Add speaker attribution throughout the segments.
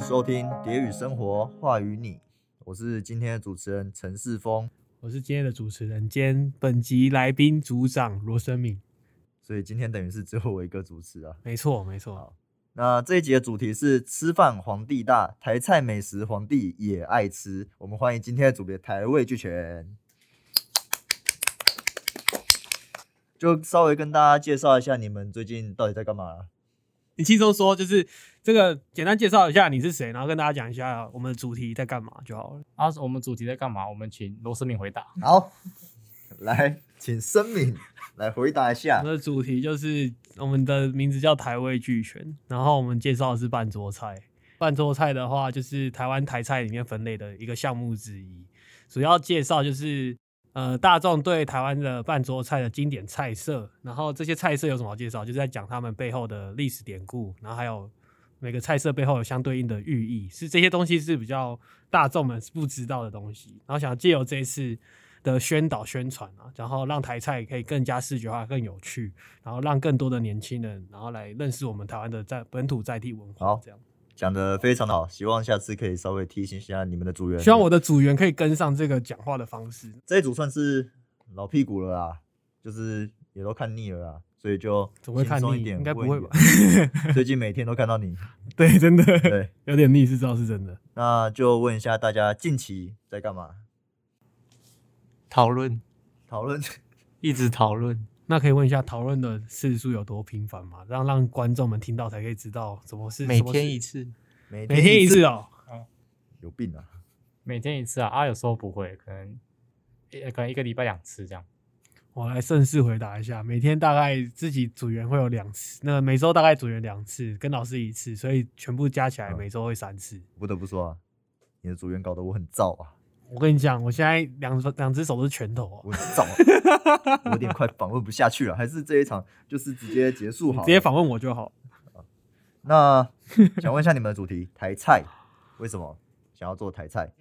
Speaker 1: 收听《蝶语生活话语你》，我是今天的主持人陈世峰。
Speaker 2: 我是今天的主持人兼本集来宾组长罗生敏。
Speaker 1: 所以今天等于是只有我一个主持啊。
Speaker 2: 没错，没错，
Speaker 1: 那这一集的主题是吃饭皇帝大，台菜美食皇帝也爱吃。我们欢迎今天的主角台味俱全。就稍微跟大家介绍一下你们最近到底在干嘛啊啦。
Speaker 2: 你轻松说，就是这个简单介绍一下你是谁，然后跟大家讲一下我们的主题在干嘛就好了。
Speaker 3: 啊，我们主题在干嘛？我们请罗思敏回答。
Speaker 1: 好，来，请声明来回答一
Speaker 2: 我
Speaker 1: 下。
Speaker 2: 们的主题就是我们的名字叫台味俱全，然后我们介绍的是半桌菜。半桌菜的话，就是台湾台菜里面分类的一个项目之一，主要介绍就是呃大众对台湾的半桌菜的经典菜色，然后这些菜色有什么好介绍，就是在讲他们背后的历史典故，然后还有每个菜色背后有相对应的寓意，是这些东西是比较大众们不知道的东西，然后想借由这一次的宣导宣传啊，然后让台菜可以更加视觉化、更有趣，然后让更多的年轻人，然后来认识我们台湾的在本土在地文化
Speaker 1: 好，
Speaker 2: 这样。
Speaker 1: 讲的非常好，希望下次可以稍微提醒一下你们的组员。
Speaker 2: 希望我的组员可以跟上这个讲话的方式。
Speaker 1: 这一组算是老屁股了啦，就是也都看腻了啦，所以就
Speaker 2: 怎么会看
Speaker 1: 轻松一
Speaker 2: 腻？
Speaker 1: 点，
Speaker 2: 应该不会吧？
Speaker 1: 问 你？最近每天都看到你，
Speaker 2: 对，真的
Speaker 1: 对，
Speaker 2: 有点腻，是知道是真的。
Speaker 1: 那就问一下大家近期在干嘛？
Speaker 3: 讨论，
Speaker 1: 讨论
Speaker 3: 一直讨论。
Speaker 2: 那可以问一下讨论的次数有多频繁吗？让让观众们听到才可以知道什么是
Speaker 4: 每
Speaker 2: 什么是
Speaker 4: 天一次，
Speaker 1: 每
Speaker 2: 每天一次哦。
Speaker 1: 有病啊！
Speaker 3: 每天一次啊，啊，有时候不会，可能呃可能一个礼拜两次这样。
Speaker 2: 我来正式回答一下，每天大概自己组员会有两次，那每周大概组员两次，跟老师一次，所以全部加起来
Speaker 1: 嗯
Speaker 2: 每周会三次。
Speaker 1: 不得不说啊，你的组员搞得我很燥啊，
Speaker 2: 我跟你讲，我现在两两只手都是拳头哦，
Speaker 1: 我很燥、啊，我有点快访问不下去了，还是这一场就是直接结束
Speaker 2: 你
Speaker 1: 好了。
Speaker 2: 直接访问我就好。
Speaker 1: 那想问一下你们的主题台菜，为什么想要做台菜？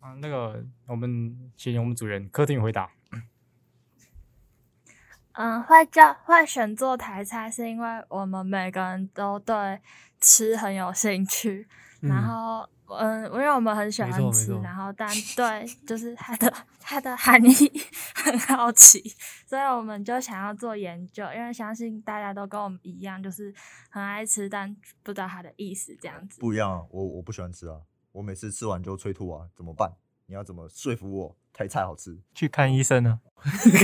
Speaker 3: 啊，那个我们请我们组员柯廷宇回答。
Speaker 5: 嗯，会叫会选做台菜，是因为我们每个人都对吃很有兴趣，然后嗯，因为我们很喜
Speaker 2: 嗯没错
Speaker 5: 欢
Speaker 2: 没
Speaker 5: 吃
Speaker 2: 错，
Speaker 5: 然后但对就是它的它的含义 很好奇，所以我们就想要做研究，因为相信大家都跟我们一样，就是很爱吃，但不知道它的意思这样子。
Speaker 1: 不一样啊，我我不喜欢吃啊，我每次吃完就催吐啊，怎么办？你要怎么说服我台菜好
Speaker 2: 嗯
Speaker 1: 吃？
Speaker 4: 去看医生啊。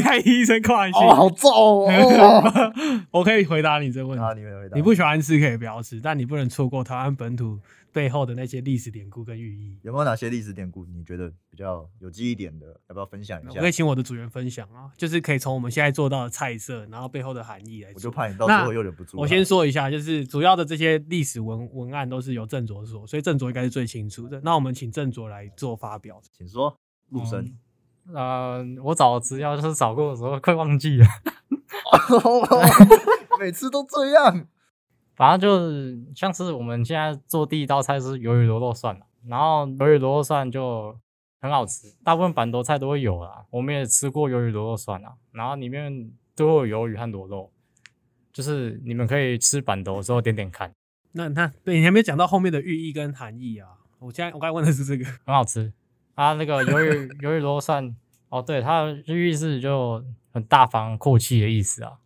Speaker 2: 看医生看完心，
Speaker 4: 哦
Speaker 1: 燥哦！
Speaker 2: 我可以回答你这个问
Speaker 1: 啊，
Speaker 2: 题。
Speaker 1: 你们回答，
Speaker 2: 你不喜欢吃可以不要吃，但你不能错过台湾本土背后的那些历史典故跟寓意。
Speaker 1: 有没有哪些历史典故你觉得比较有记忆点的？要不要分享一
Speaker 2: 嗯我
Speaker 1: 下
Speaker 2: 可以？请我的组员分享啊，就是可以从我们现在做到的菜色，然后背后的含义来
Speaker 1: 我
Speaker 2: 做
Speaker 1: 就怕你到最后又忍不住了。
Speaker 2: 我先说一下，就是主要的这些历史文文案都是由郑卓说，所以郑卓应该是最清楚的。那我们请郑卓来做发表。
Speaker 1: 请说，陆生。
Speaker 3: 嗯、呃，我找资料就是找过的时候快忘记了，
Speaker 2: 嗯
Speaker 1: 每次都这样。
Speaker 3: 反正就是像是我们现在做第一道菜是鱿鱼螺肉蒜嘛啊然后鱿鱼螺肉蒜就很好吃，大部分板头菜都会有啦。我们也吃过鱿鱼螺肉蒜啊，然后里面都会有鱿鱼和螺肉，就是你们可以吃板头的时候点点看，
Speaker 2: 那那对你还没有讲到后面的寓意跟含义啊。我现在我刚才问的是这个，
Speaker 3: 很好吃。啊，那 个鱿鱼鱿鱼螺肉蒜，哦，对，它的寓意是就很大方阔气的意思啊，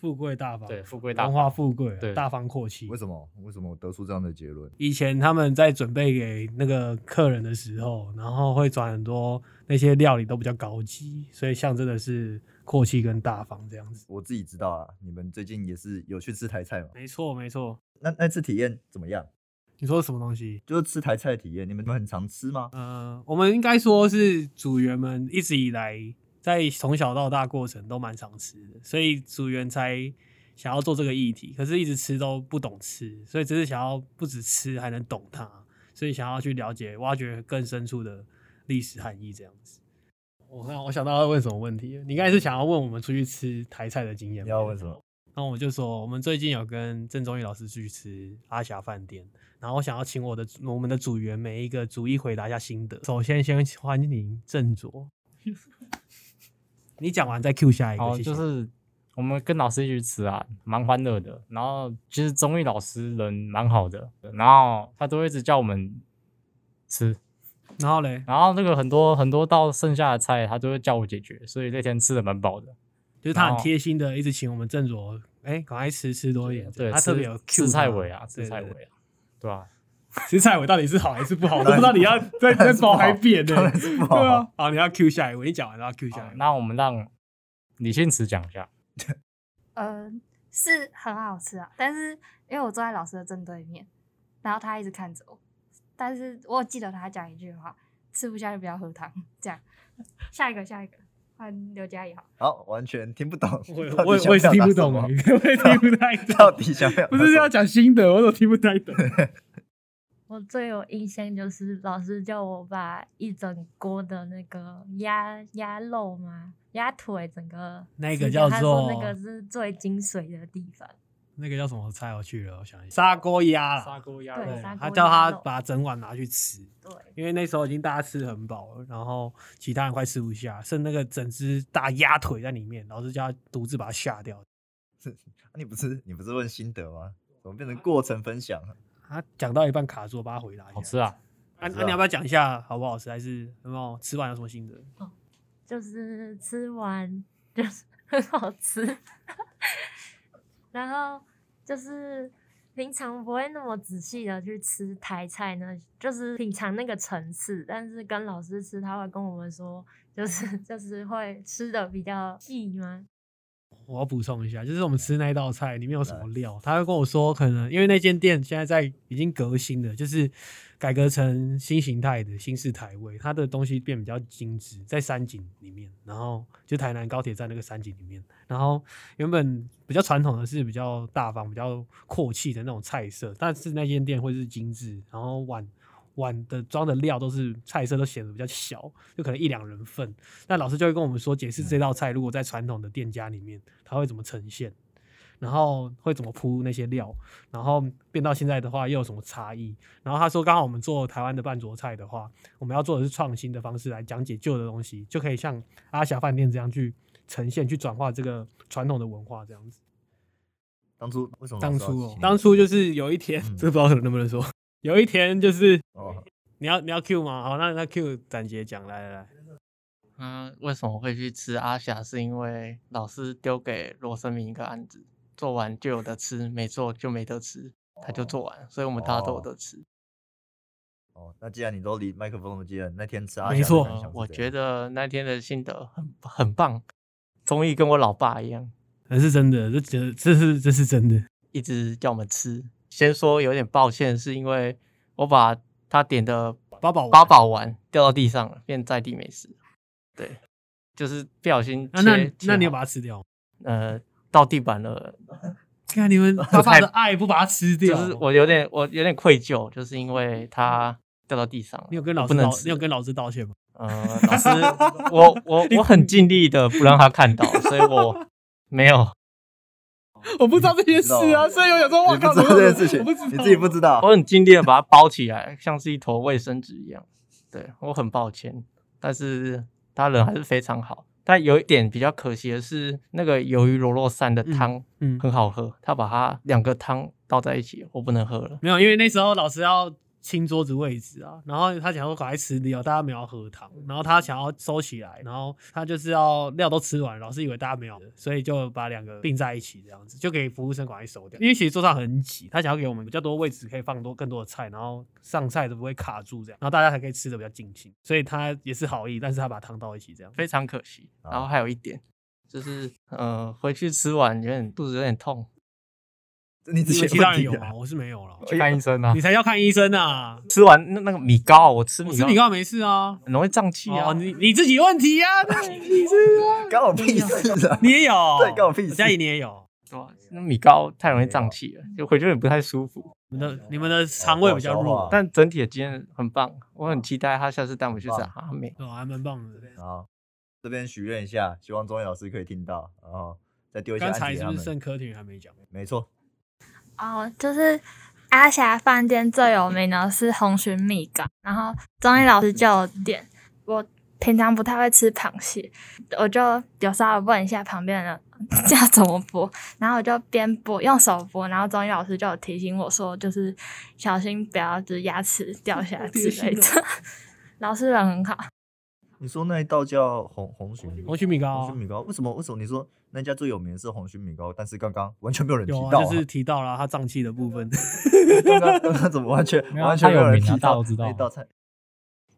Speaker 2: 富贵大方，
Speaker 3: 对，，富贵大
Speaker 2: 荣
Speaker 3: 方。
Speaker 2: 华富贵啊、
Speaker 3: 对
Speaker 2: 大方阔气
Speaker 1: 为。什么？为什么我得出这样的结论？
Speaker 2: 以前他们在准备给那个客人的时候，然后会转很多那些料理都比较高级，所以象征的是阔气跟大方这样子。
Speaker 1: 我自己知道啊，你们最近也是有去吃台菜嘛？
Speaker 2: 没错，没错。
Speaker 1: 那那次体验怎么样？
Speaker 2: 你说什么东西？
Speaker 1: 就是吃台菜的体验，你们很常吃吗？
Speaker 2: 呃，我们应该说是组员们一直以来在从小到大过程都蛮常吃的，所以组员才想要做这个议题。可是，一直吃都不懂吃，所以只是想要不止吃还能懂它，所以想要去了解、挖掘更深处的历史含义这样子。我看我想到要问什么问题了，你应该是想要问我们出去吃台菜的经验吧。
Speaker 1: 你要问什么？
Speaker 2: 那我就说，我们最近有跟郑中义老师去吃阿霞饭店，然后我想要请我的我们的组员每一个逐一回答一下心得。首先，先欢迎郑卓，你讲完再 Q 下一个，
Speaker 3: 哦，
Speaker 2: 谢谢
Speaker 3: 就是我们跟老师一起去吃啊，蛮欢乐的。然后其实中艺老师人蛮好的，然后他都一直叫我们吃，
Speaker 2: 然后嘞，
Speaker 3: 然后那个很多很多道剩下的菜，他都会叫我解决，所以那天吃的蛮饱的。
Speaker 2: 就是他
Speaker 3: 然
Speaker 2: 很
Speaker 3: 后
Speaker 2: 贴心的一直请我们正卓，哎，赶快吃吃多一点，
Speaker 3: 对，
Speaker 2: 他特别有
Speaker 3: 吃
Speaker 2: Q
Speaker 3: 吃菜
Speaker 2: 他
Speaker 3: 尾啊，吃
Speaker 2: 对
Speaker 3: 菜尾
Speaker 2: 对
Speaker 3: 啊，对吧、
Speaker 2: 其实蔡伟到底是好还是不好，我都不知道你要在在包还变呢、
Speaker 1: 当然是不好
Speaker 2: 对啊，好，你要 Q 下一位，你讲完然后 Q 下
Speaker 3: 好
Speaker 2: 一位。
Speaker 3: 那我们让李信慈讲一下。
Speaker 6: 呃，是很好吃啊，但是因为我坐在老师的正对面，然后他一直看着我，但是我记得他讲一句话：吃不下就不要喝汤。这样，下一个，下一个，换刘佳怡好。
Speaker 1: 好，完全听不懂。
Speaker 2: 我
Speaker 1: 到底
Speaker 2: 我
Speaker 1: 想
Speaker 2: 我也是
Speaker 1: 表达
Speaker 2: 听不
Speaker 1: 什
Speaker 2: 懂
Speaker 1: 么
Speaker 2: 啊，你 我也听不太
Speaker 1: 到
Speaker 2: 懂，
Speaker 1: 底想表
Speaker 2: 不
Speaker 1: 达
Speaker 2: 是
Speaker 1: 什么
Speaker 2: 要讲心得，我都听不太懂。
Speaker 6: 我最有印象就是老师叫我把一整锅的那个鸭鸭肉嘛，鸭腿整个
Speaker 2: 那
Speaker 6: 吃
Speaker 2: 个叫
Speaker 6: 掉他说
Speaker 2: 做
Speaker 6: 那个是最精髓的地方。
Speaker 2: 那个叫什么菜？我去了，我想一下，砂锅鸭啦，
Speaker 3: 锅鸭
Speaker 6: 肉
Speaker 2: 对
Speaker 6: 对砂锅
Speaker 2: 他叫他
Speaker 6: 鸭肉
Speaker 2: 把整碗拿去吃，
Speaker 6: 对，
Speaker 2: 因为那时候已经大家吃得很饱了，然后其他人快吃不下，剩那个整只大鸭腿在里面，老师叫他独自把它下掉。
Speaker 1: 啊你不是你不是问心得吗？怎么变成过程分享？
Speaker 2: 他讲到一半卡住，我把他回答一下。
Speaker 3: 好吃啊！
Speaker 2: 啊，
Speaker 1: 是
Speaker 2: 那、你
Speaker 1: 啊
Speaker 2: 要不要讲一下好不好吃？还是有没有吃完有什么心得？
Speaker 6: 就是吃完就是 很好吃， 然后就是平常不会那么仔细的去吃台菜呢，就是品尝那个层次，但是跟老师吃，他会跟我们说，就是 就是会吃的比较细吗？
Speaker 2: 我要补充一下，就是我们吃那一道菜里面有什么料，他会跟我说，可能因为那间店现在在已经革新了，就是改革成新形态的新式台味，它的东西变比较精致，在山景里面，然后就台南高铁站那个山景里面，然后原本比较传统的是比较大方、比较阔气的那种菜色，但是那间店会是精致，然后碗碗的装的料都是菜色都显得比较小，就可能一两人份。那老师就会跟我们说，解释这道菜如果在传统的店家里面，它会怎么呈现，然后会怎么铺那些料，然后变到现在的话又有什么差异。然后他说，刚好我们做台湾的半桌菜的话，我们要做的是创新的方式来讲解旧的东西，就可以像阿霞饭店这样去呈现、去转化这个传统的文化这样子。
Speaker 1: 当初为什么
Speaker 2: 当
Speaker 1: 老师要
Speaker 2: 初哦
Speaker 1: 请，你
Speaker 2: 当初就是有一天，
Speaker 1: 嗯
Speaker 2: 这不知道能不能说，有一天就是
Speaker 1: 哦，
Speaker 2: 你要你要 Q 吗？好，那那 Q 展杰讲，来来来，
Speaker 4: 嗯，为什么会去吃阿霞？是因为老师丢给罗生明一个案子，做完就有的吃，没做就没得吃，他就做完，所以我们大家都有
Speaker 1: 哦
Speaker 4: 得吃。
Speaker 1: 哦，那既然你都离麦克风那么近了，那天吃阿
Speaker 2: 没
Speaker 1: 翔的
Speaker 2: 错
Speaker 1: 感想
Speaker 4: 呃
Speaker 1: 是
Speaker 4: 我
Speaker 1: 怎
Speaker 4: 觉
Speaker 1: 样
Speaker 4: 得那天的心得很很棒，综艺跟我老爸一样，
Speaker 2: 那是真的，这这这是这是真的。
Speaker 4: 一直叫我们吃。先说有点抱歉，是因为我把他点的
Speaker 2: 八宝
Speaker 4: 八宝丸掉到地上了，变在地美食。对，就是不小心切、
Speaker 2: 啊，那
Speaker 4: 切
Speaker 2: 那你有
Speaker 4: 好
Speaker 2: 把它吃掉吗？
Speaker 4: 呃到地板了，
Speaker 2: 看你 们爸爸的爱不把它吃掉，哦
Speaker 4: 就是我有点我有点愧疚，就是因为它掉到地上了。
Speaker 2: 你有跟老
Speaker 4: 我
Speaker 2: 师
Speaker 4: 不能
Speaker 2: 道，
Speaker 4: 吃
Speaker 2: 你有跟老师道歉吗？
Speaker 4: 呃老师，我 我我很尽力的不让他看到，所以我没有
Speaker 2: 我不知道这件事
Speaker 1: 嗯
Speaker 2: 啊，
Speaker 1: 你
Speaker 2: 所以我想说，我
Speaker 1: 你不
Speaker 2: 靠，
Speaker 1: 知道
Speaker 2: 怎么
Speaker 1: 这件事情
Speaker 2: 我不知道，哦
Speaker 1: 你自己不知道
Speaker 4: 我。很尽力的把它包起来，像是一坨卫生纸一样。对我很抱歉，但是他人还是非常好。但有一点比较可惜的是，那个鱿鱼罗勒散的汤
Speaker 2: 嗯，
Speaker 4: 很好喝，他把它两个汤倒在一起，我不能喝了。
Speaker 2: 没有，因为那时候老师要清桌子位置啊，然后他想说赶快吃掉，大家没有要喝汤，然后他想要收起来，然后他就是要料都吃完，老师以为大家没有，所以就把两个并在一起这样子，就给服务生赶快收掉。因为其实桌上很挤，他想要给我们比较多位置，可以放多更多的菜，然后上菜都不会卡住这样，然后大家才可以吃的比较尽兴。所以他也是好意，但是他把汤倒一起这样。
Speaker 4: 非常可惜。
Speaker 1: 好
Speaker 4: 然后还有一点就是，呃，回去吃完有点肚子有点痛，
Speaker 1: 你之
Speaker 2: 你
Speaker 1: 前
Speaker 2: 们其他
Speaker 1: 问
Speaker 2: 人
Speaker 1: 题
Speaker 2: 有
Speaker 1: 啊
Speaker 2: 吗？我是没有了，
Speaker 3: 去看医生啊
Speaker 2: 你！才要看医生啊！
Speaker 4: 哎吃完那那个米糕，啊我吃
Speaker 2: 我
Speaker 4: 米
Speaker 2: 吃
Speaker 4: 糕
Speaker 2: 米糕没事啊。
Speaker 4: 很容易胀气啊。
Speaker 2: 哦，你你自己有问题 啊，对你是啊，
Speaker 1: 关我屁事啊！
Speaker 2: 你也有，
Speaker 1: 对关我屁事
Speaker 2: 嘉怡你也有，
Speaker 4: 对啊那米糕太容易胀气了，就回去有点哦不太舒服。
Speaker 2: 你们的你们的肠胃比较
Speaker 1: 不好消
Speaker 2: 弱
Speaker 1: 化，
Speaker 4: 但整体的经验很棒，我很期待他下次带我们去吃
Speaker 1: 很
Speaker 4: 阿美。
Speaker 2: 哦，还蛮棒的。
Speaker 1: 好，这边许愿一下，希望中医老师可以听到，然后再丢一些
Speaker 2: 刚
Speaker 1: 安
Speaker 2: 才
Speaker 1: 吉给
Speaker 2: 是
Speaker 1: 他
Speaker 2: 不是
Speaker 1: 们。
Speaker 2: 剩科庭还没讲？
Speaker 1: 没错，
Speaker 6: 哦，就是阿霞饭店最有名的是红鲟米糕，然后中医老师就有点，我平常不太会吃螃蟹，我就有稍微问一下旁边的
Speaker 5: 这 要怎么剥，然后我就边剥用手剥，然后中医老师就有提醒我说，就是小心不要就是牙齿掉下来之类的。 老师人很好，
Speaker 1: 你说那一道叫红红鲟
Speaker 2: 红曲米糕
Speaker 1: 红
Speaker 2: 啊
Speaker 1: 曲米糕，为什么为什么你说那家最有名的是红曲米糕，但是刚刚完全没有人提
Speaker 2: 有啊，
Speaker 1: 到、
Speaker 2: 就是提到了他胀气的部分。
Speaker 1: 刚刚刚刚怎么完全
Speaker 3: 没有啊
Speaker 1: 完全
Speaker 3: 太
Speaker 1: 没
Speaker 3: 有
Speaker 1: 人
Speaker 3: 名了
Speaker 1: 提
Speaker 3: 大
Speaker 1: 到
Speaker 3: 家都知道
Speaker 1: 那道菜？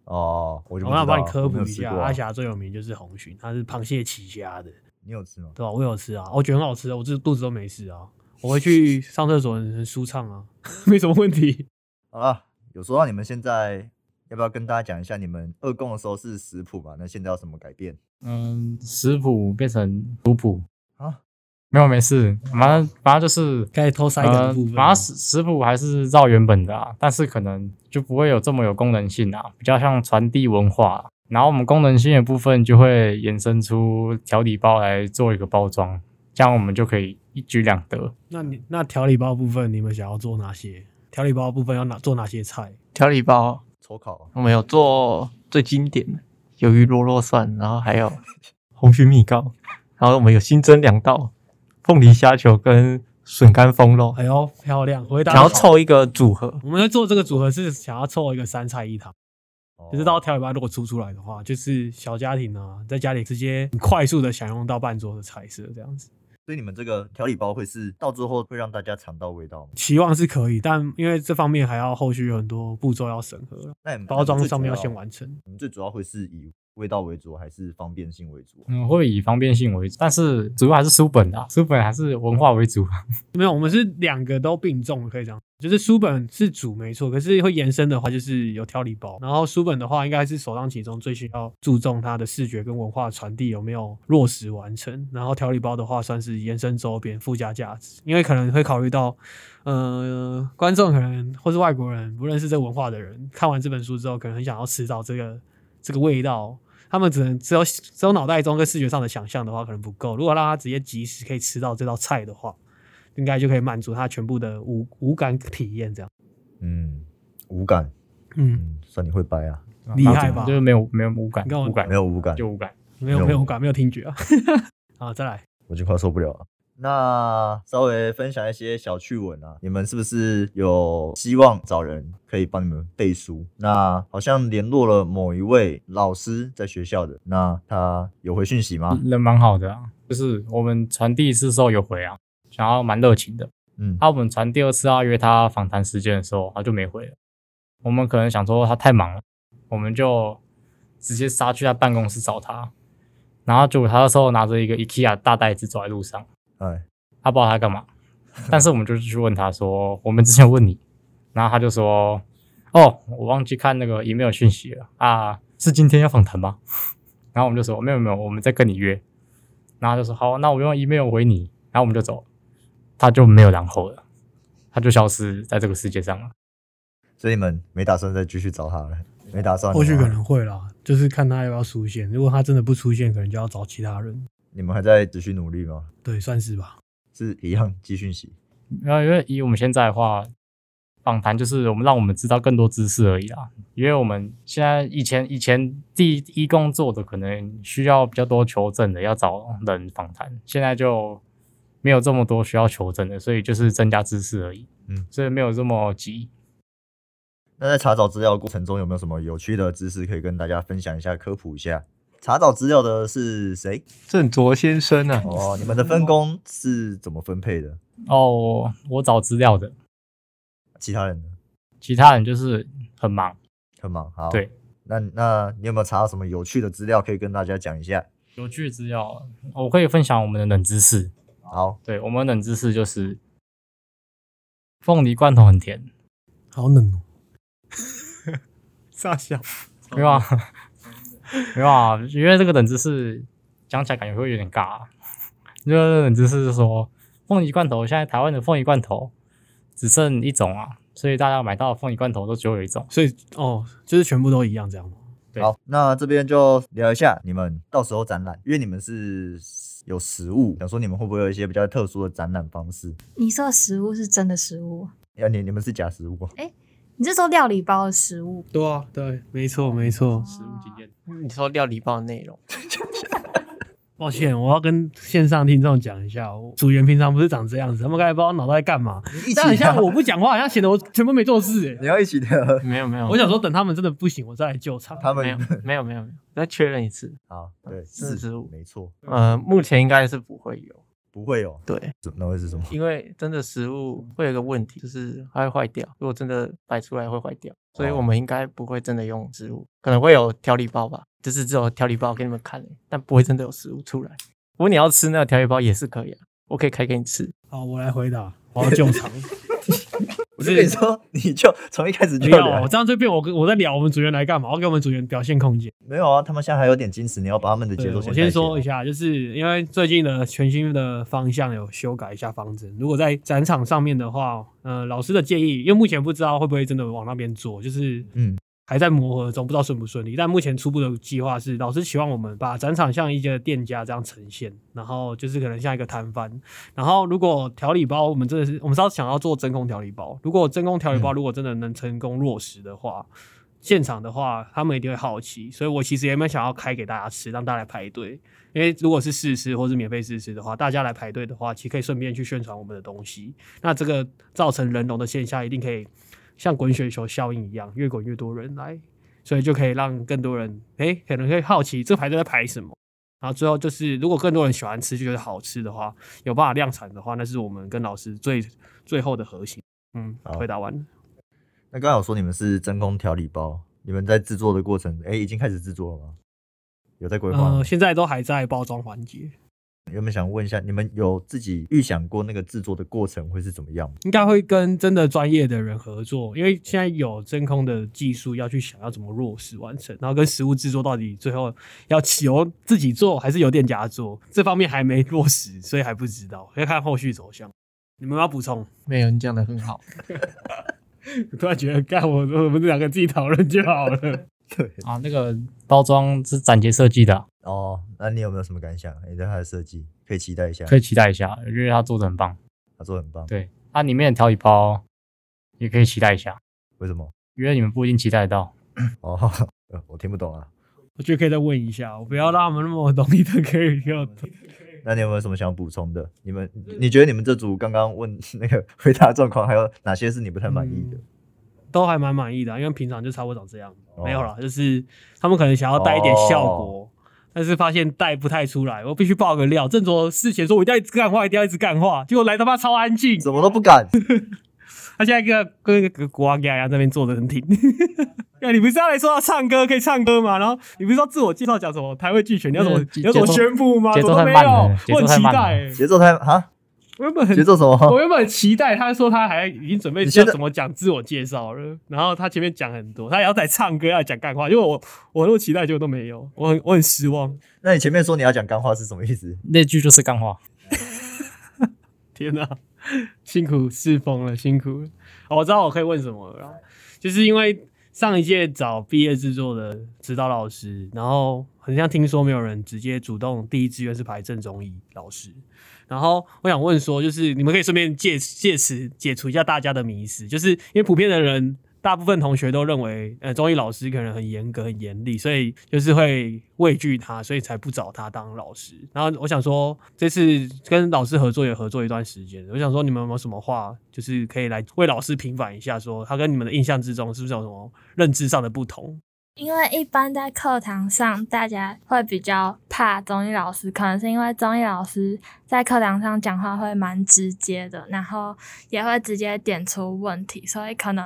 Speaker 1: 哦，我就
Speaker 2: 我
Speaker 1: 不知
Speaker 2: 要帮你
Speaker 1: 道
Speaker 2: 科
Speaker 1: 我没
Speaker 2: 普
Speaker 1: 有
Speaker 2: 一
Speaker 1: 吃
Speaker 2: 下，
Speaker 1: 过啊
Speaker 2: 阿霞最有名就是红鲟，它是螃蟹起家的，
Speaker 1: 你有吃吗？
Speaker 2: 对吧、我有吃啊，我觉得很好吃啊，我这肚子都没事啊，我回去上厕所很很舒畅啊， 没什么问题。
Speaker 1: 好了，有说到你们现在要不要跟大家讲一下你们二供的时候是食谱嘛？那现在有什么改变
Speaker 3: 嗯，食谱变成族谱，
Speaker 1: 啊？
Speaker 3: 没有没事，反正反正就是
Speaker 2: 开始偷塞的
Speaker 3: 呃
Speaker 2: 部分，，
Speaker 3: 反正食食谱还是照原本的啊，但是可能就不会有这么有功能性啊，比较像传递文化啊、然后我们功能性的部分就会衍生出调理包来做一个包装，这样我们就可以一举两得。
Speaker 2: 那你那调理包部分，你们想要做哪些？调理包部分要哪做哪些菜？
Speaker 4: 调理包，
Speaker 1: 抽考啊
Speaker 4: 我们有做最经典的鱿鱼螺肉蒜，然后还有 红曲米糕， 然后我们有新增两道凤梨虾球跟笋干风肉，
Speaker 2: 哎呦，漂亮！回答
Speaker 4: 想要
Speaker 2: 得好，
Speaker 4: 凑一个组合。
Speaker 2: 我们要做这个组合是想要凑一个三菜一汤。
Speaker 1: 哦
Speaker 2: 可是到调理包如果出出来的话，就是小家庭啊，在家里直接很快速的享用到半桌的菜色这样子。
Speaker 1: 所以你们这个调理包会是到最后会让大家尝到味道吗？
Speaker 2: 期望是可以，但因为这方面还要后续有很多步骤要审核了，
Speaker 1: 那你们
Speaker 2: 包装上面要先。
Speaker 1: 那
Speaker 2: 完成。
Speaker 1: 你们最主要你们最主要会是以味道为主，还是方便性为主？啊
Speaker 3: 嗯，会以方便性为主，但是主要还是书本啊，书本还是文化为主。啊
Speaker 2: 没有，我们是两个都并重，可以这样。就是书本是主没错，可是会延伸的话就是有调理包，然后书本的话应该是首当其冲最需要注重它的视觉跟文化传递有没有落实完成，然后调理包的话算是延伸周边附加价值，因为可能会考虑到，呃，观众可能或是外国人不认识这文化的人，看完这本书之后可能很想要吃到这个这个味道，他们只能只有只有脑袋中跟视觉上的想象的话可能不够，如果让他直接即时可以吃到这道菜的话。应该就可以满足他全部的五五感体验，这样。
Speaker 1: 嗯，无感，
Speaker 2: 嗯，
Speaker 1: 嗯，算你会掰啊，
Speaker 2: 厉害吧
Speaker 3: 就是没有没有无感，
Speaker 2: 你看我
Speaker 3: 无感
Speaker 1: 没有无感，
Speaker 3: 就无感。
Speaker 2: 没有
Speaker 1: 有
Speaker 2: 没有五感，没有听觉啊。 好，再来。
Speaker 1: 我就快受不了了。那稍微分享一些小趣闻啊，你们是不是有希望找人可以帮你们背书？那好像联络了某一位老师在学校的，那他有回讯息吗？
Speaker 2: 嗯
Speaker 3: 人蛮好的啊，就是我们传第一次的时候有回啊，然后蛮热情的。
Speaker 1: 嗯，
Speaker 3: 啊，我们传第二次要约他访谈时间的时候，他就没回了。我们可能想说他太忙了，我们就直接杀去他办公室找他。然后结果他那时候拿着一个 IKEA 大袋子走在路上，
Speaker 1: 哎，
Speaker 3: 他不知道他干嘛。但是我们就去问他说，我们之前有问你，然后他就说，哦，我忘记看那个 email 讯息了啊，是今天要访谈吗？然后我们就说没有没有，我们在跟你约。然后他就说好，那我用 email 回你。然后我们就走了，他就没有然后了，他就消失在这个世界上了。
Speaker 1: 所以你们没打算再继续找他了，没打算了吗。
Speaker 2: 后续哦可能会啦，就是看他要不要出现。如果他真的不出现，可能就要找其他人。
Speaker 1: 你们还在持续努力吗？
Speaker 2: 对，算是吧。
Speaker 1: 是一样寄讯息。
Speaker 3: 然后因为以我们现在的话，访谈就是我们让我们知道更多知识而已啦。因为我们现在以前以前第一工作的可能需要比较多求证的，要找人访谈，现在就没有这么多需要求证的，所以就是增加知识而已。
Speaker 1: 嗯，
Speaker 3: 所以没有这么急。
Speaker 1: 那在查找资料过程中有没有什么有趣的知识可以跟大家分享一下、科普一下？查找资料的是谁？
Speaker 4: 郑卓先生啊，
Speaker 1: 哦，你们的分工是怎么分配的？
Speaker 3: 哦，我我找资料的，
Speaker 1: 其他人呢？
Speaker 3: 其他人就是很忙。
Speaker 1: 很忙，好。
Speaker 3: 对，
Speaker 1: 那那你有没有查到什么有趣的资料可以跟大家讲一下？
Speaker 3: 有趣的资料，我可以分享我们的冷知识。
Speaker 1: 好，
Speaker 3: 对，我们的冷知识就是凤梨罐头很甜。
Speaker 2: 好冷哦。 傻笑。
Speaker 3: 没有啊， 没有啊，因为这个冷知识讲起来感觉会有点尬、啊。这个冷知识是说，凤梨罐头现在台湾的凤梨罐头只剩一种啊，所以大家买到的凤梨罐头都只有一种。
Speaker 2: 所以哦，就是全部都一样这样吗？
Speaker 3: 对
Speaker 1: 好，那这边就聊一下你们到时候展览，因为你们是有实物，想说你们会不会有一些比较特殊的展览方式？
Speaker 5: 你说的食物是真的食物，
Speaker 1: 要你你们是假实 物哦，
Speaker 5: 你是说料理包的食物？
Speaker 2: 对啊，对，没错没错。
Speaker 3: 食物经验，
Speaker 4: 你说料理包的内容，
Speaker 2: 抱歉，我要跟线上听众讲一下，我组员平常不是长这样子，他们刚才不知道脑袋在干嘛。
Speaker 1: 你一
Speaker 2: 但很
Speaker 1: 起啊
Speaker 2: 像
Speaker 1: 的，
Speaker 2: 我不讲话，好像显得我全部没做事、 欸
Speaker 1: 你要一起的。
Speaker 4: 没有没有，
Speaker 2: 哎，我想说，等他们真的不行，我再来救场。
Speaker 1: 他
Speaker 4: 没有
Speaker 1: 们
Speaker 4: 没有没有没有，再确认一次。
Speaker 1: 好，对，
Speaker 4: 四十五
Speaker 1: 没错，
Speaker 4: 呃，目前应该是不会有，
Speaker 1: 不会有，
Speaker 4: 对，
Speaker 1: 怎那会是什么？
Speaker 4: 因为真的食物会有一个问题，就是它会坏掉，如果真的摆出来会坏掉，所以
Speaker 1: 哦
Speaker 4: 我们应该不会真的用食物，可能会有调理包吧，就是只有调理包给你们看而已，但不会真的有食物出来。不过你要吃那个调理包也是可以啊，我可以开给你吃。
Speaker 2: 好，我来回答， 我要救场。
Speaker 1: 我就跟你说，你就从一开始
Speaker 2: 没
Speaker 1: 就
Speaker 2: 有，啊
Speaker 1: 聊
Speaker 2: 我这样就变我跟我在聊我们组员来干嘛，我要给我们组员表现空间。
Speaker 1: 没有啊，他们现在还有点矜持，你要把他们的节
Speaker 2: 对
Speaker 1: 奏
Speaker 2: 我
Speaker 1: 带
Speaker 2: 先
Speaker 1: 起来
Speaker 2: 说一，下，就是因为最近的全新的方向有修改一下方针。如果在展场上面的话，呃，老师的建议，因为目前不知道会不会真的往那边做，就是
Speaker 1: 嗯，
Speaker 2: 还在磨合中，不知道顺不顺利。但目前初步的计划是，老师希望我们把展场像一些店家这样呈现，然后就是可能像一个摊贩。然后如果调理包，我们真的是我们是要想要做真空调理包。如果真空调理包如果真的能成功落实的话，现场的话他们一定会好奇。所以我其实也没有想要开给大家吃，让大家来排队。因为如果是试吃或是免费试吃的话，大家来排队的话，其实可以顺便去宣传我们的东西。那这个造成人龙的现象，一定可以像滚雪球效应一样，越滚越多人来，所以就可以让更多人，诶，可能会好奇这排队在排什么。然后最后就是，如果更多人喜欢吃，就觉得好吃的话，有办法量产的话，那是我们跟老师最最后的核心。嗯，
Speaker 1: 好
Speaker 2: 回答完了。
Speaker 1: 那刚才有说你们是真空调理包，你们在制作的过程，哎，已经开始制作了吗？有在规划吗
Speaker 2: 呃，？现在都还在包装环节，
Speaker 3: 呃
Speaker 1: 原本想问一下，你们有自己预想过那个制作的过程会是怎么样吗？
Speaker 2: 应该会跟真的专业的人合作，因为现在有真空的技术要去想要怎么落实完成，然后跟实物制作到底最后要由自己做还是由店家做，这方面还没落实，所以还不知道，要看后续走向。你们有没有要补充？
Speaker 4: 没有，你讲的很好。
Speaker 2: 突然觉得，干我我们两个自己讨论就好了。
Speaker 3: 啊，那个包装是展杰设计的啊，
Speaker 1: 哦，那你有没有什么感想？你对它的设计可以期待一下，
Speaker 3: 可以期待一下，因为它做的很棒。
Speaker 1: 他做得很棒。
Speaker 3: 对，它、里面的调理包也可以期待一下，
Speaker 1: 为什么？
Speaker 3: 因为你们不一定期待得到。
Speaker 1: 哦，呃我听不懂啊。
Speaker 2: 我觉得可以再问一下，我不要让他们那么容易的可以给我。
Speaker 1: 那你有没有什么想补充的？你们，你觉得你们这组刚刚问 那个回答状况，还有哪些是你不太满意的？
Speaker 3: 嗯
Speaker 2: 都还蛮满意的啊、因为平常就差不多长这样，
Speaker 1: 哦
Speaker 2: 没有啦，就是他们可能想要带一点效
Speaker 3: 哦
Speaker 2: 果，但是发现带不太出来，我必须爆个料。郑卓事前说我一定要一直干话，一定要一直干话，结果来他妈超安静，
Speaker 1: 怎么都不敢。
Speaker 2: 他现在跟跟跟跟国王一样，这边坐的很挺。 哎，你不是要来说要唱歌可以唱歌吗？然后你不是要自我介绍讲什么台位俱全，你要怎么
Speaker 3: 嗯节
Speaker 2: 你要怎么
Speaker 3: 节奏
Speaker 2: 宣布吗？
Speaker 3: 节
Speaker 2: 怎
Speaker 3: 奏
Speaker 2: 么都
Speaker 3: 太
Speaker 2: 没
Speaker 3: 慢了
Speaker 2: 有，我很
Speaker 3: 节奏太
Speaker 2: 期
Speaker 3: 慢
Speaker 2: 待、欸
Speaker 3: 了
Speaker 1: 节奏太 啊，
Speaker 2: 我原本很
Speaker 1: 节奏什
Speaker 2: 我
Speaker 1: 么？
Speaker 2: 原本很期待他说他还已经准备
Speaker 1: 哦你
Speaker 2: 要
Speaker 1: 现在
Speaker 2: 怎么讲自我介绍了，然后他前面讲很多，他也要在唱歌，要讲干话，因为我我那么期待，结果都没有，我很我很失望。
Speaker 1: 那你前面说你要讲干话是什么意思？
Speaker 3: 那句就是干话，
Speaker 2: 天哪、辛苦世峰了，辛苦了。哦，我知道我可以问什么了啦，就是因为上一届找毕业制作的指导老师，然后很像听说没有人直接主动第一志愿是排郑中义老师，然后我想问说，就是你们可以顺便借借此解除一下大家的迷思，就是因为普遍的人。大部分同学都认为，呃，中医老师可能很严格、很严厉，所以就是会畏惧他，所以才不找他当老师。然后我想说，这次跟老师合作也合作一段时间了，我想说你们有没有什么话，就是可以来为老师平反一下说他跟你们的印象之中是不是有什么认知上的不同？
Speaker 5: 因为一般在课堂上，大家会比较怕中医老师，可能是因为中医老师在课堂上讲话会蛮直接的，然后也会直接点出问题，所以可能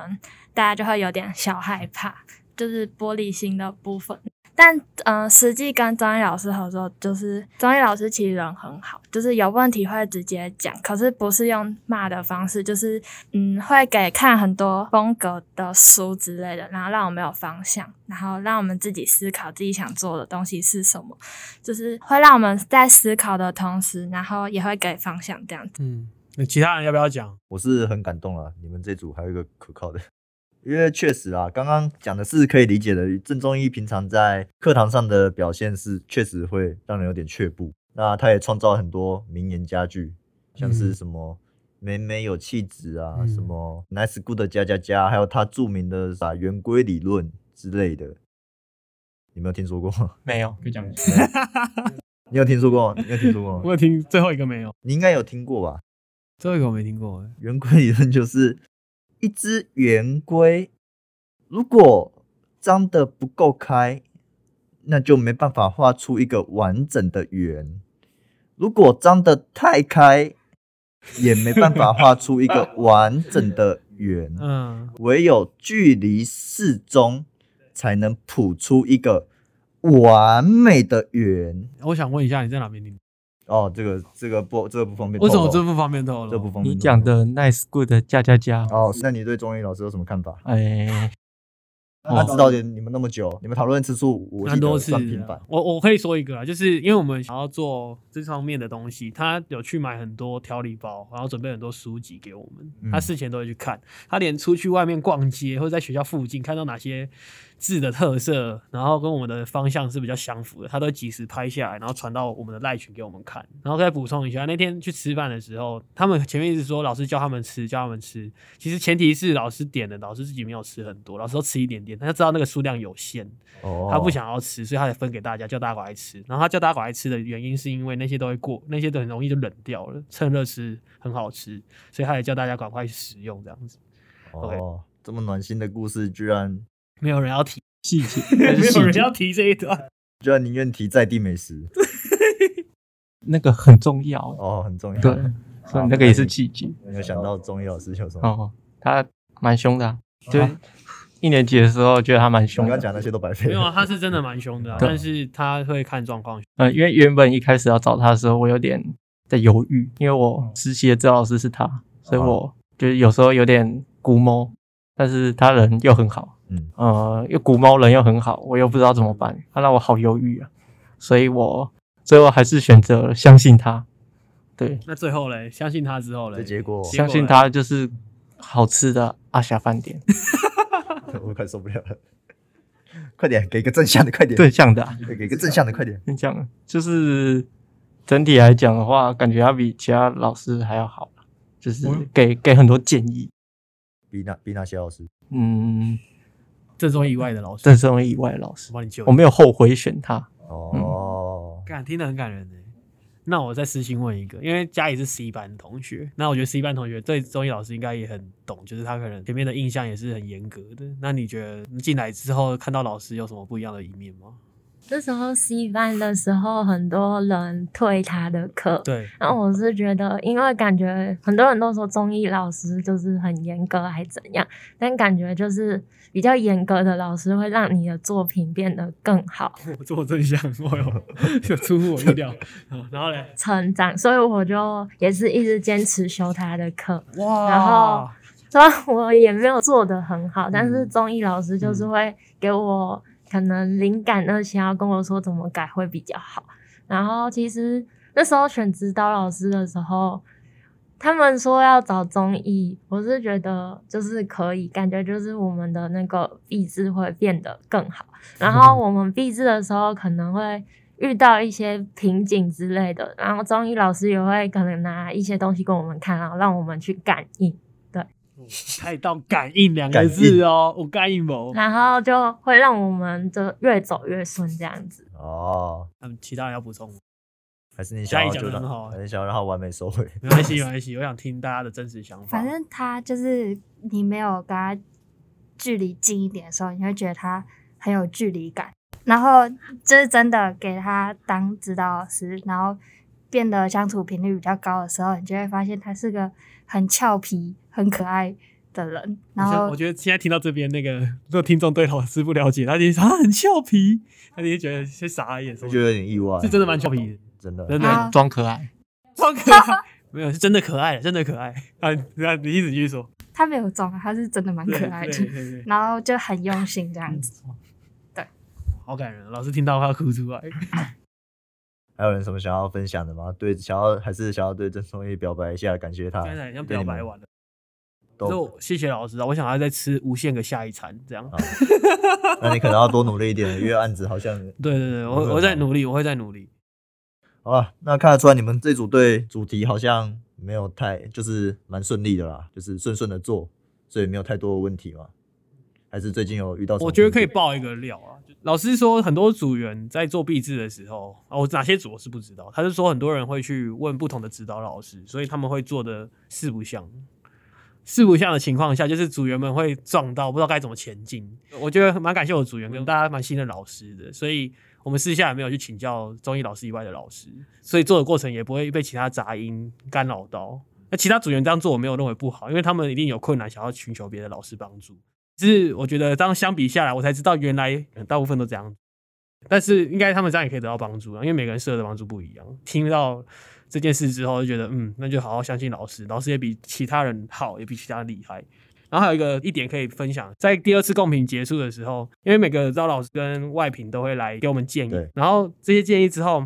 Speaker 5: 大家就会有点小害怕，就是玻璃心的部分。但嗯、呃实际跟中医老师合作，就是中医老师其实人很好，就是有问题会直接讲，可是不是用骂的方式，就是嗯，会给看很多风格的书之类的，然后让我们有方向，然后让我们自己思考自己想做的东西是什么，就是会让我们在思考的同时，然后也会给方向这样子。
Speaker 2: 嗯，那其他人要不要讲？
Speaker 1: 我是很感动了，你们这组还有一个可靠的，因为确实啊，刚刚讲的是可以理解的。郑中医平常在课堂上的表现是确实会让人有点却步，那他也创造了很多名言佳句，像是
Speaker 2: 嗯
Speaker 1: 什么。美美有气质啊，
Speaker 2: 嗯
Speaker 1: 什么 nice good 加加加，还有他著名的啥圆规理论之类的，你没有听说过吗？
Speaker 4: 没有，
Speaker 3: 可以讲。
Speaker 1: 你有听说过？你有听说过
Speaker 2: 我
Speaker 1: 吗？
Speaker 2: 有听最后一个没有，
Speaker 1: 你应该有听过吧？
Speaker 2: 最后一个我没听过欸。
Speaker 1: 圆规理论就是一只圆规，如果张得不够开，那就没办法画出一个完整的圆；如果张得太开，也没办法画出一 个完整的圆。
Speaker 2: 嗯，
Speaker 1: 唯有距离适中，才能谱出一个完美的圆。
Speaker 2: 我想问一下你在哪边听？
Speaker 1: 哦，这个这个不这个不方便透
Speaker 2: 为
Speaker 1: 露，
Speaker 2: 什么这不方便透露？
Speaker 1: 这不方便？
Speaker 4: 你讲的 nice good 加加加，
Speaker 1: 哦，那你对中医老师有什么看法？
Speaker 4: 哎，
Speaker 1: 他指导点你们那么久，你们讨论次数我记
Speaker 2: 蛮
Speaker 1: 得
Speaker 2: 多次
Speaker 1: 算频繁
Speaker 2: 的。。我我可以说一个啊，就是因为我们想要做这方面的东西，他有去买很多调理包，然后准备很多书籍给我们。他
Speaker 1: 嗯
Speaker 2: 事前都会去看，他连出去外面逛街或者在学校附近看到哪些字的特色，然后跟我们的方向是比较相符的，他都及时拍下来，然后传到我们的赖群给我们看。然后再补充一下，那天去吃饭的时候，他们前面一直说老师叫他们吃，叫他们吃，其实前提是老师点的，老师自己没有吃很多，老师都吃一点点，他知道那个数量有限。
Speaker 1: 哦，
Speaker 2: 他不想要吃，所以他才分给大家，叫大家赶快吃。然后他叫大家赶快吃的原因是因为那些都会过，那些都很容易就冷掉了，趁热吃很好吃，所以他也叫大家赶快食用这样子。
Speaker 1: 哦，这么暖心的故事，居然
Speaker 2: 没有人要提，
Speaker 4: 细节还
Speaker 2: 没
Speaker 4: 是
Speaker 2: 有
Speaker 4: 细
Speaker 2: 人
Speaker 4: 节，
Speaker 2: 要提这一段。
Speaker 1: 居然宁愿提在地美食，
Speaker 4: 那个很重要，
Speaker 1: 哦，很重要。
Speaker 4: 对，所以那个也是细节。
Speaker 1: 有没有想到中医老师有什么？
Speaker 4: 哦，他蛮凶的啊、就一年级的时候觉得他蛮
Speaker 1: 我
Speaker 4: 凶
Speaker 1: 刚
Speaker 4: 的
Speaker 1: 刚，讲那些都白费
Speaker 2: 没有啊，
Speaker 1: 了。
Speaker 2: 他是真的蛮凶的啊、
Speaker 4: 对
Speaker 2: 但是他会看状况。
Speaker 4: 嗯，因为原本一开始要找他的时候，我有点在犹豫，因为我实习的指导老师是他，所以我就是有时候有点古猫，但是他人又很好，
Speaker 1: 嗯，
Speaker 4: 呃，又古猫人又很好，我又不知道怎么办，他让我好犹豫啊，所以我最后还是选择相信他，对，
Speaker 2: 那最后嘞，相信他之后嘞，
Speaker 1: 这结果
Speaker 2: 结
Speaker 4: 相信
Speaker 2: 嘞
Speaker 4: 他就是好吃的阿霞饭店，
Speaker 1: 我快受不了了。快点，给一个正向的，快点。
Speaker 4: 对，这样的、啊。
Speaker 1: 对，给一个正向的，快点。
Speaker 4: 你讲，就是整体来讲的话，感觉他比其他老师还要好，就是给给很多建议。
Speaker 1: 比那比那些老师，
Speaker 4: 嗯，
Speaker 2: 这周以外的老师，
Speaker 4: 郑身为以外的老
Speaker 2: 我
Speaker 4: 师，
Speaker 2: 帮你救一下。
Speaker 4: 我没有后悔选他。
Speaker 1: 哦，
Speaker 2: 感听得很感人呢。那我再私信问一个，因为嘉怡是 C 班同学，那我觉得 C 班同学对中医老师应该也很懂，就是他可能前面的印象也是很严格的。那你觉得进来之后看到老师有什么不一样的一面 吗？
Speaker 6: 那时候 C 班的时候，很多人退他的课。
Speaker 2: 对，
Speaker 6: 那我是觉得，因为感觉很多人都说中医老师就是很严格，还怎样，但感觉就是比较严格的老师会让你的作品变得更好
Speaker 2: 我做正向，我有有出乎我意料。嗯 然后嘞，
Speaker 6: 成长，所以我就也是一直坚持修他的课。
Speaker 2: 哇
Speaker 6: 然后虽 然我也没有做得很好，但是中医老师就是会给我可能灵感那些，要跟我说怎么改会比较好。然后其实那时候选指导老师的时候，他们说要找中医，我是觉得就是可以，感觉就是我们的那个励志会变得更好。然后我们励志的时候可能会。遇到一些瓶颈之类的，然后中医老师也会可能拿一些东西给我们看，然后让我们去感应。
Speaker 2: 太到感应两个字哦，我感应不？
Speaker 6: 然后就会让我们就越走越顺这样子。
Speaker 1: 哦，
Speaker 2: 嗯，其他人要补充吗？
Speaker 1: 还是你想要
Speaker 2: 嘉义讲
Speaker 1: 就
Speaker 2: 得
Speaker 1: 让，
Speaker 2: 很好啊
Speaker 1: 还是想要让他完美收尾。
Speaker 2: 没关系，没关系，我想听大家的真实想法。
Speaker 5: 反正他就是你没有跟他距离近一点的时候，你会觉得他很有距离感。然后就是真的给他当指导老师，然后变得相处频率比较高的时候，你就会发现他是个很俏皮、很可爱的人。然
Speaker 2: 我想
Speaker 5: 后
Speaker 2: 我觉得现在听到这边，那个 如果听众对老师不了解，他就说啊很俏皮，他就觉得是傻眼，什
Speaker 1: 就
Speaker 2: 么
Speaker 1: 觉得有点意外，
Speaker 2: 是真的蛮俏皮的，
Speaker 5: 哦
Speaker 1: 真的，
Speaker 2: 真的
Speaker 5: 好
Speaker 4: 装可爱，
Speaker 2: 超可爱， 没有是真的可爱，真的可爱 啊！那你一直继续说，
Speaker 5: 他没有装，他是真的蛮
Speaker 2: 对
Speaker 5: 可爱
Speaker 2: 对
Speaker 5: 的，
Speaker 2: 对对，
Speaker 5: 然后就很用心这样子。
Speaker 2: 好感人，老师听到快要哭出 来。
Speaker 1: 还有人什么想要分享的吗？对，想要还是想要对郑松义表白一下，感谢他。
Speaker 2: 刚才像表白完了，
Speaker 1: 都，
Speaker 2: 就谢谢老师啊！我想要再吃无限个下一餐，这
Speaker 5: 啊
Speaker 2: 样。
Speaker 1: 那你可能要多努力一点，因为案子好像
Speaker 2: 对对对，
Speaker 1: 不会
Speaker 2: 我
Speaker 1: 吧
Speaker 2: 我在努力，我会再努力。
Speaker 1: 好了。那看得出来你们这组对主题好像没有太，就是蛮顺利的啦，就是顺顺的做，所以没有太多的问题嘛。还是最近有遇到什么？
Speaker 2: 我觉得可以爆一个料啊，就老师说，很多组员在做毕制的时候，哦，我哪些组我是不知道。他是说很多人会去问不同的指导老师，所以他们会做的四不像。四不像的情况下，就是组员们会撞到，不知道该怎么前进。我觉得蛮感谢我组员跟大家蛮新的老师的，所以我们私下也没有去请教中医老师以外的老师，所以做的过程也不会被其他杂音干扰到。那其他组员这样做，我没有认为不好，因为他们一定有困难，想要寻求别的老师帮助。只是我觉得，当相比下来，我才知道原来呃大部分都这样。但是应该他们这样也可以得到帮助啊，因为每个人适合的帮助不一样。听到这件事之后，就觉得嗯，那就好好相信老师，老师也比其他人好，也比其他人厉害。然后还有一个一点可以分享，在第二次共评结束的时候，因为每个招老师跟外评都会来给我们建议
Speaker 1: 对，
Speaker 2: 然后这些建议之后，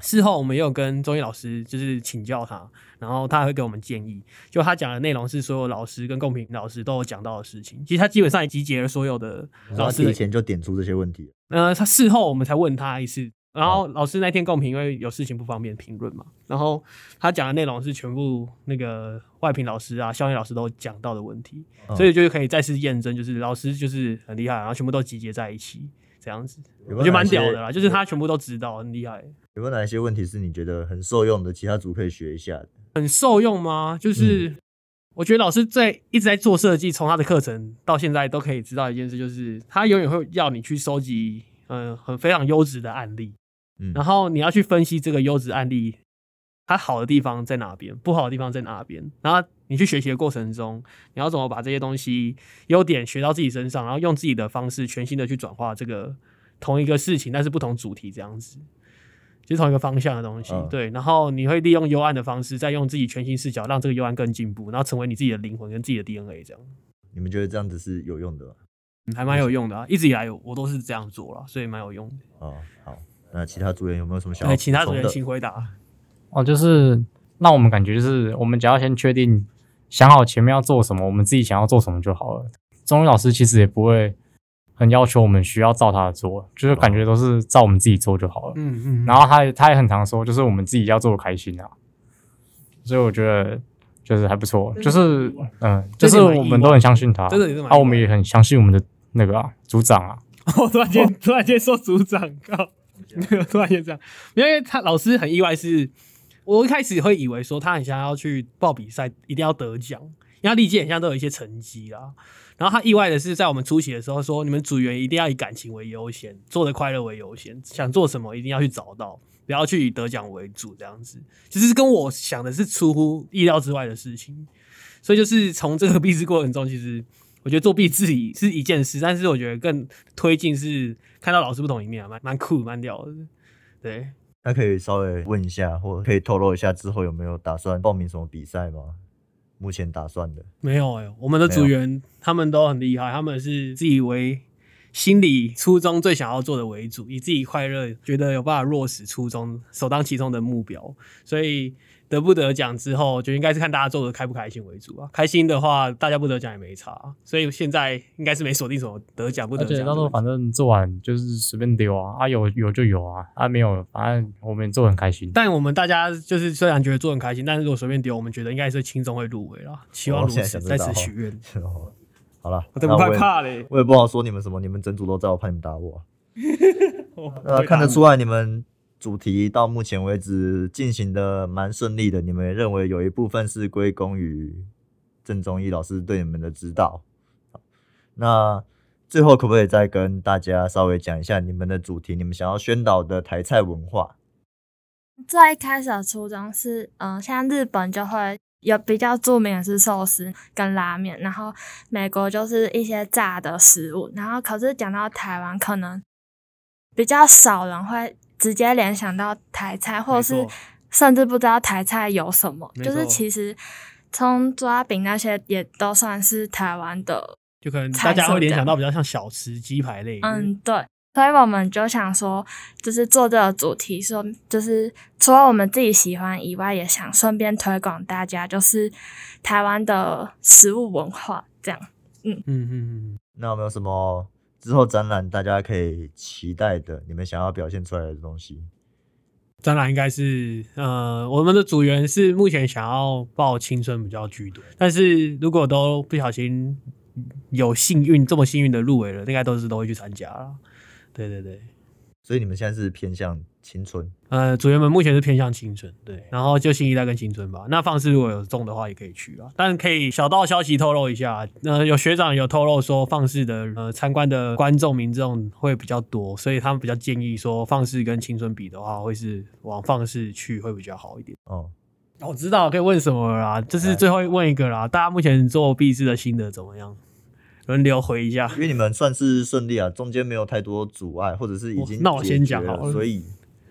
Speaker 2: 事后我们也有跟中医老师就是请教他，然后他还会给我们建议。就他讲的内容是所有老师跟共评老师都有讲到的事情，其实他基本上也集结了所有的老
Speaker 1: 老
Speaker 2: 师
Speaker 1: 师
Speaker 2: 的
Speaker 1: 以前就点出这些问题，
Speaker 2: 呃，他事后我们才问他一次，然
Speaker 1: 哦
Speaker 2: 后老师那天共评，因为有事情不方便评论嘛，然后他讲的内容是全部那个外评老师啊、校内老师都讲到的问题，
Speaker 1: 嗯
Speaker 2: 所以就是可以再次验证，就是老师就是很厉害，然后全部都集结在一起这样子，
Speaker 1: 有
Speaker 2: 我
Speaker 1: 没有
Speaker 2: 觉得蛮
Speaker 1: 哪些
Speaker 2: 屌的啦，就是他全部都知道，很厉害。
Speaker 1: 有没有哪一些问题是你觉得很受用的，其他组可以学一下的？
Speaker 2: 很受用吗？就是、
Speaker 1: 嗯
Speaker 2: 我觉得老师在一直在做设计，从他的课程到现在都可以知道一件事，就是他永远会要你去收集，嗯、很非常优质的案例，
Speaker 1: 嗯
Speaker 2: 然后你要去分析这个优质案例，它好的地方在哪边，不好的地方在哪边，然后你去学习的过程中，你要怎么把这些东西优点学到自己身上，然后用自己的方式全新的去转化这个同一个事情，但是不同主题这样子，就是同一个方向的东西。
Speaker 1: 嗯
Speaker 2: 对，然后你会利用幽暗的方式，再用自己全新视角让这个幽暗更进步，然后成为你自己的灵魂跟自己的 DNA 这样。
Speaker 1: 你们觉得这样子是有用的吗？
Speaker 2: 嗯还蛮有用的啊！一直以来我都是这样做了，所以蛮有用的。
Speaker 1: 哦，好，那其他组员有没有什么想要
Speaker 2: 呃对，其他组
Speaker 1: 补充
Speaker 2: 员
Speaker 1: 的
Speaker 2: 请回答。
Speaker 3: 哦，就是让我们感觉就是，我们只要先确定想好前面要做什么，我们自己想要做什么就好了。中医老师其实也不会很要求我们需要照他的做，就是感觉都是照我们自己做就好了。
Speaker 2: 嗯嗯，
Speaker 3: 然后他也他也很常说，就是我们自己要做的开心啊。所以我觉得就是还不错，就是嗯，
Speaker 2: 这
Speaker 3: 就
Speaker 2: 点
Speaker 3: 是我们都很相信他，
Speaker 2: 真的也是蛮意外
Speaker 3: 啊，我们也很相信我们的那个啊组长啊，
Speaker 2: 我突然间突然间说组长告， 突然间这样，因为他老师很意外是，我一开始会以为说他很想要去报比赛，一定要得奖，因为他历届很像都有一些成绩啦。然后他意外的是，在我们初期的时候说，你们组员一定要以感情为优先，做的快乐为优先，想做什么一定要去找到，不要去以得奖为主，这样子。其实跟我想的是出乎意料之外的事情，所以就是从这个毕制过程中，其 实我觉得做壁自己是一件事，但是我觉得更推进是看到老师不同一面啊，蛮蛮酷蛮屌的。对，
Speaker 1: 那可以稍微问一下，或可以透露一下之后有没有打算报名什么比赛吗？目前打算的，
Speaker 2: 没有哎、我们的组员他们都很厉害，他们是自以为心里初衷最想要做的为主，以自己快乐觉得有办法落实初衷，首当其冲的目标。所以得不得奖之后，就应该是看大家做的开不开心为主啊。开心的话，大家不得奖也没差。所以现在应该是没锁定什么得奖不得
Speaker 3: 而且
Speaker 2: 奖的问题。
Speaker 3: 到时候 反正做完就是随便丢啊，啊有有就有啊，啊没有反正我们做得很开心。
Speaker 2: 但我们大家就是虽然觉得做得很开心，但是如果随便丢，我们觉得应该是轻松会入围啦。希望
Speaker 1: 哦
Speaker 2: 如
Speaker 1: 我现在
Speaker 2: 此，
Speaker 1: 想
Speaker 2: 在
Speaker 1: 知道
Speaker 2: 此许愿。
Speaker 1: 哦好了，
Speaker 2: 我都
Speaker 1: 那
Speaker 2: 不害
Speaker 1: 也
Speaker 2: 怕嘞，
Speaker 1: 我也不好说你们什么，你们整组都在，我怕你们打我啊。
Speaker 2: 我不
Speaker 1: 那
Speaker 2: 会
Speaker 1: 看得
Speaker 2: 打
Speaker 1: 出来你们主题到目前为止进行的蛮顺利的，你们也认为有一部分是归功于郑中义老师对你们的指导。那最后可不可以再跟大家稍微讲一下你们的主题，你们想要宣导的台菜文化？
Speaker 5: 最一开始的初衷是，嗯、像日本就会有比较著名的是寿司跟拉面，然后美国就是一些炸的食物，然后可是讲到台湾，可能比较少人会直接联想到台菜，或者
Speaker 2: 没
Speaker 5: 是
Speaker 2: 错
Speaker 5: 甚至不知道台菜有什么，
Speaker 2: 没
Speaker 5: 就
Speaker 2: 错
Speaker 5: 是其实葱抓饼那些也都算是台湾的
Speaker 2: 就可能大
Speaker 5: 菜
Speaker 2: 家会
Speaker 5: 色
Speaker 2: 联
Speaker 5: 这
Speaker 2: 想
Speaker 5: 样
Speaker 2: 到比较像小吃鸡排类的。
Speaker 5: 嗯，对。所以我们就想说，就是做这个主题说就是除了我们自己喜欢以外，也想顺便推广大家，就是台湾的食物文化这样。
Speaker 2: 嗯嗯嗯，
Speaker 1: 那有没有什么之后展览大家可以期待的，你们想要表现出来的东西？
Speaker 2: 当然应该是呃，我们的组员是目前想要报青春比较居多，但是如果都不小心有幸运这么幸运的入围了，应该都是都会去参加了。对对对，
Speaker 1: 所以你们现在是偏向青春，
Speaker 2: 呃，组员们目前是偏向青春，对，然后就新一代跟青春吧。那放肆如果有中的话，也可以去啊，但可以小道消息透露一下，呃，有学长有透露说放肆的呃参观的观众民众会比较多，所以他们比较建议说放肆跟青春比的话，会是往放肆去会比较好一点。
Speaker 1: 哦，
Speaker 2: 哦我知道可以问什么了啦，就是最后问一个啦，大家目前做毕制的心得怎么样？轮流回一下。
Speaker 1: 因为你们算是顺利啊，中间没有太多阻碍，或者是已经
Speaker 2: 哦那我
Speaker 1: 解
Speaker 2: 先
Speaker 1: 决
Speaker 2: 讲好
Speaker 1: 了
Speaker 2: 了
Speaker 1: 所以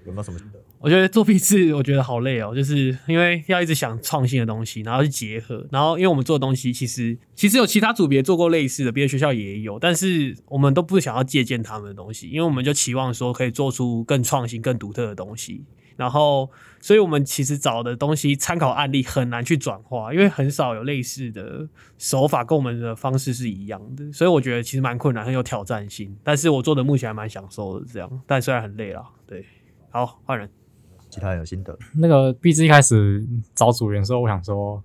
Speaker 1: 有没有什么心得？
Speaker 2: 我觉得做壁纸，我觉得好累哦， 就是因为要一直想创新的东西，然后去结合，然后因为我们做的东西其实其实有其他组别做过类似的，别的学校也有，但是我们都不想要借鉴他们的东西，因为我们就期望说可以做出更创新、更独特的东西。然后，所以我们其实找的东西参考案例很难去转化，因为很少有类似的手法跟我们的方式是一样的，所以我觉得其实蛮困难，很有挑战性。但是我做的目前还蛮享受的，这样，但虽然很累啦，对。好，换人。
Speaker 1: 其他人有心得？
Speaker 3: 那个 B 制一开始找组员的时候，我想说，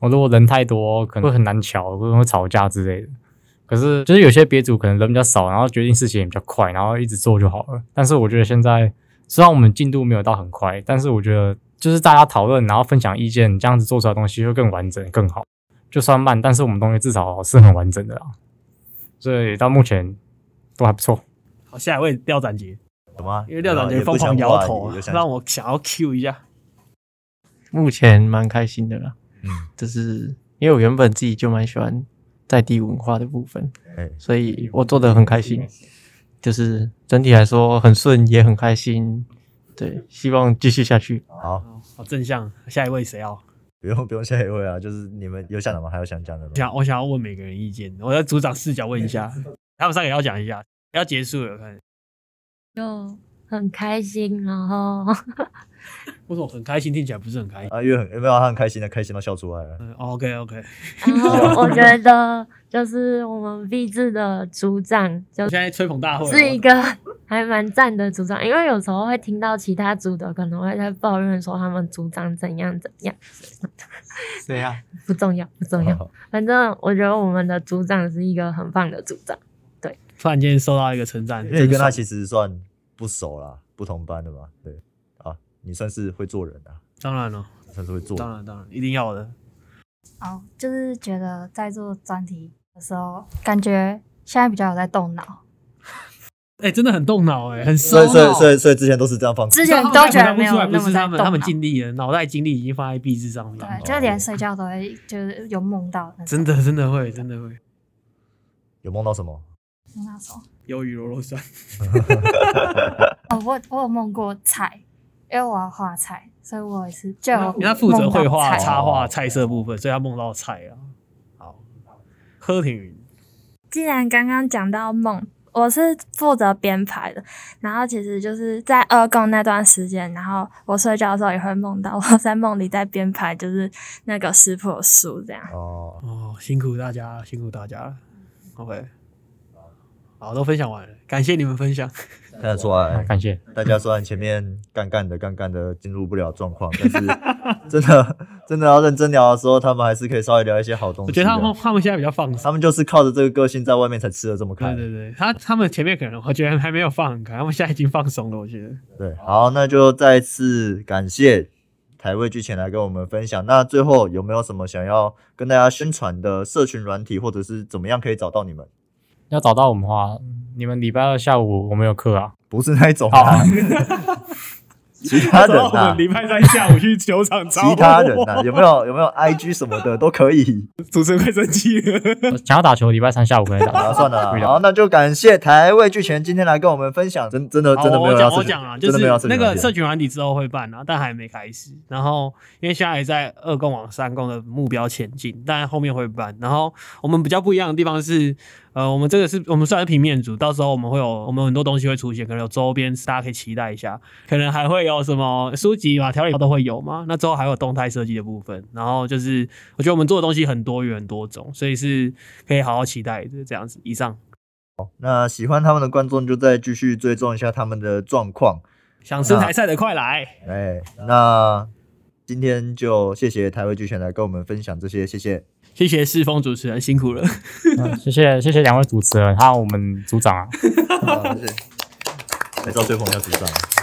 Speaker 3: 我如果人太多，可能会很难瞧，可能会吵架之类的。可是就是有些别组可能人比较少，然后决定事情也比较快，然后一直做就好了。但是我觉得现在虽然我们进度没有到很快，但是我觉得就是大家讨论，然后分享意见，这样子做出来的东西会更完整、更好。就算慢，但是我们东西至少是很完整的啦。所以到目前都还不错。
Speaker 2: 好，下一位廖展杰，
Speaker 1: 有吗？
Speaker 2: 因为廖展
Speaker 1: 有
Speaker 2: 杰
Speaker 1: 啊
Speaker 2: 疯狂摇头
Speaker 1: 也
Speaker 2: 啊
Speaker 1: 不，想
Speaker 2: 让我想要 Q 一下。
Speaker 4: 目前蛮开心的啦，
Speaker 1: 嗯，
Speaker 4: 就是因为我原本自己就蛮喜欢在地文化的部分，
Speaker 1: 哎
Speaker 4: 所以我做的很开心，就是整体来说很顺，也很开心。对，希望继续下去。
Speaker 1: 好，
Speaker 2: 好正向，下一位谁要？
Speaker 1: 不用不用下一位啊，就是你们有想的吗？还有想讲的吗
Speaker 2: 我？想我想要问每个人意见，我要组长视角问一下，他们三个要讲一下，要结束了，看
Speaker 6: 就很开心，然后
Speaker 2: 为什么很开心，听起来不是很开心。
Speaker 1: 啊，因为很没有他很开心的，开心到笑出来了。
Speaker 2: 嗯，OK OK，
Speaker 6: 然后我觉得就是我们 B 制的组长就
Speaker 2: 现在吹捧大会哦
Speaker 6: 是一个还蛮赞的组长，因为有时候会听到其他组的可能会在抱怨说他们组长怎样怎样，
Speaker 4: 谁呀、
Speaker 6: 不重要不重要，反正我觉得我们的组长是一个很棒的组长，
Speaker 2: 突然间收到一个称赞，
Speaker 1: 因为你哎跟他
Speaker 2: 真
Speaker 1: 其实算不熟啦，不同班的嘛。对啊，你算是会做人啊，
Speaker 2: 爽当然了，
Speaker 1: 算是会做人。
Speaker 2: 当然当然一定要的。
Speaker 5: 哦，就是觉得在做专题的时候，感觉现在比较有在动脑，
Speaker 2: 哎，真的很动脑哎，很
Speaker 1: 所
Speaker 2: 深
Speaker 1: 以所以所以所以之前都是这样放。
Speaker 5: 之前都觉得没有
Speaker 2: 不
Speaker 5: 那么
Speaker 2: 是
Speaker 5: 在
Speaker 2: 他
Speaker 5: 动
Speaker 2: 们，他
Speaker 5: 脑
Speaker 2: 们。尽力了，脑袋精力已经放在壁纸上面了
Speaker 5: 对，。就连睡觉都会就是有梦到那种
Speaker 2: 真的真的会，真的会，
Speaker 1: 有梦到什么？
Speaker 5: 梦到什么？
Speaker 2: 鱿鱼螺肉酸。
Speaker 5: 哦，我我有梦过菜，因为我要画菜，所以我也是就有
Speaker 2: 因为他负责绘
Speaker 5: 梦
Speaker 2: 画、
Speaker 5: 到菜
Speaker 2: 插画、菜色部分，所以他梦到菜啊。好，柯廷云，
Speaker 5: 既然刚刚讲到梦，我是负责编排的，然后其实就是在二供那段时间，然后我睡觉的时候也会梦到我在梦里在编排，就是那个食谱书这样。
Speaker 1: 哦，
Speaker 2: 哦，辛苦大家，辛苦大家了。OK，好，都分享完了，感谢你们分享。
Speaker 1: 看得出来，
Speaker 3: 感谢。
Speaker 1: 大家虽然前面干干的干干的进入不了状况，但是真的 真的要认真聊的时候，他们还是可以稍微聊一些好东西
Speaker 2: 我
Speaker 1: 的。
Speaker 2: 觉得他们他们现在比较放松。
Speaker 1: 他们就是靠着这个个性在外面才吃的这么开
Speaker 2: 对。对对，他他们前面可能我觉得还没有放很开，他们现在已经放松了。我觉得
Speaker 1: 对，好，那就再次感谢台位剧前来跟我们分享。那最后有没有什么想要跟大家宣传的社群软体，或者是怎么样可以找到你们？
Speaker 3: 要找到我们的话，你们礼拜二下午我们有课啊。
Speaker 1: 不是那一种、啊， 其他人
Speaker 2: 我
Speaker 1: 啊
Speaker 2: 们，礼拜三下午去球场找
Speaker 1: 其他人啊，有没有有没有 IG 什么的都可以。
Speaker 2: 主持人快生气了。
Speaker 3: 想要打球，礼拜三下午可以打。
Speaker 1: 啊，算了
Speaker 3: 不
Speaker 1: 啦，
Speaker 3: 聊
Speaker 1: 好，那就感谢台位剧前今天来跟我们分享，真真的
Speaker 2: 好，
Speaker 1: 真的没
Speaker 2: 我
Speaker 1: 有要
Speaker 2: 讲我
Speaker 1: 社群
Speaker 2: 讲啊，就
Speaker 1: 真
Speaker 2: 是
Speaker 1: 的没有要社群
Speaker 2: 那个
Speaker 1: 软
Speaker 2: 社
Speaker 1: 件，
Speaker 2: 群软体之后会办啊，但还没开始。然后因为现在也在二共往三共的目标前进，但后面会办。然后我们比较不一样的地方是，呃，我们这个是我们虽然是平面组，到时候我们会有我们很多东西会出现，可能有周边，大家可以期待一下。可能还会有什么书籍嘛，条理都会有嘛。那之后还有动态设计的部分，然后就是我觉得我们做的东西很多元、很多种，所以是可以好好期待的这样子。以上，
Speaker 1: 那喜欢他们的观众就再继续追踪一下他们的状况。
Speaker 2: 想吃台菜的快来。
Speaker 1: 哎，那今天就谢谢台位剧前来跟我们分享这些，谢谢。
Speaker 2: 谢谢世峰主持人辛苦了，
Speaker 3: 嗯谢谢谢谢两位主持人，还有我们组长啊。
Speaker 1: 好谢谢哎才知道对方要智障。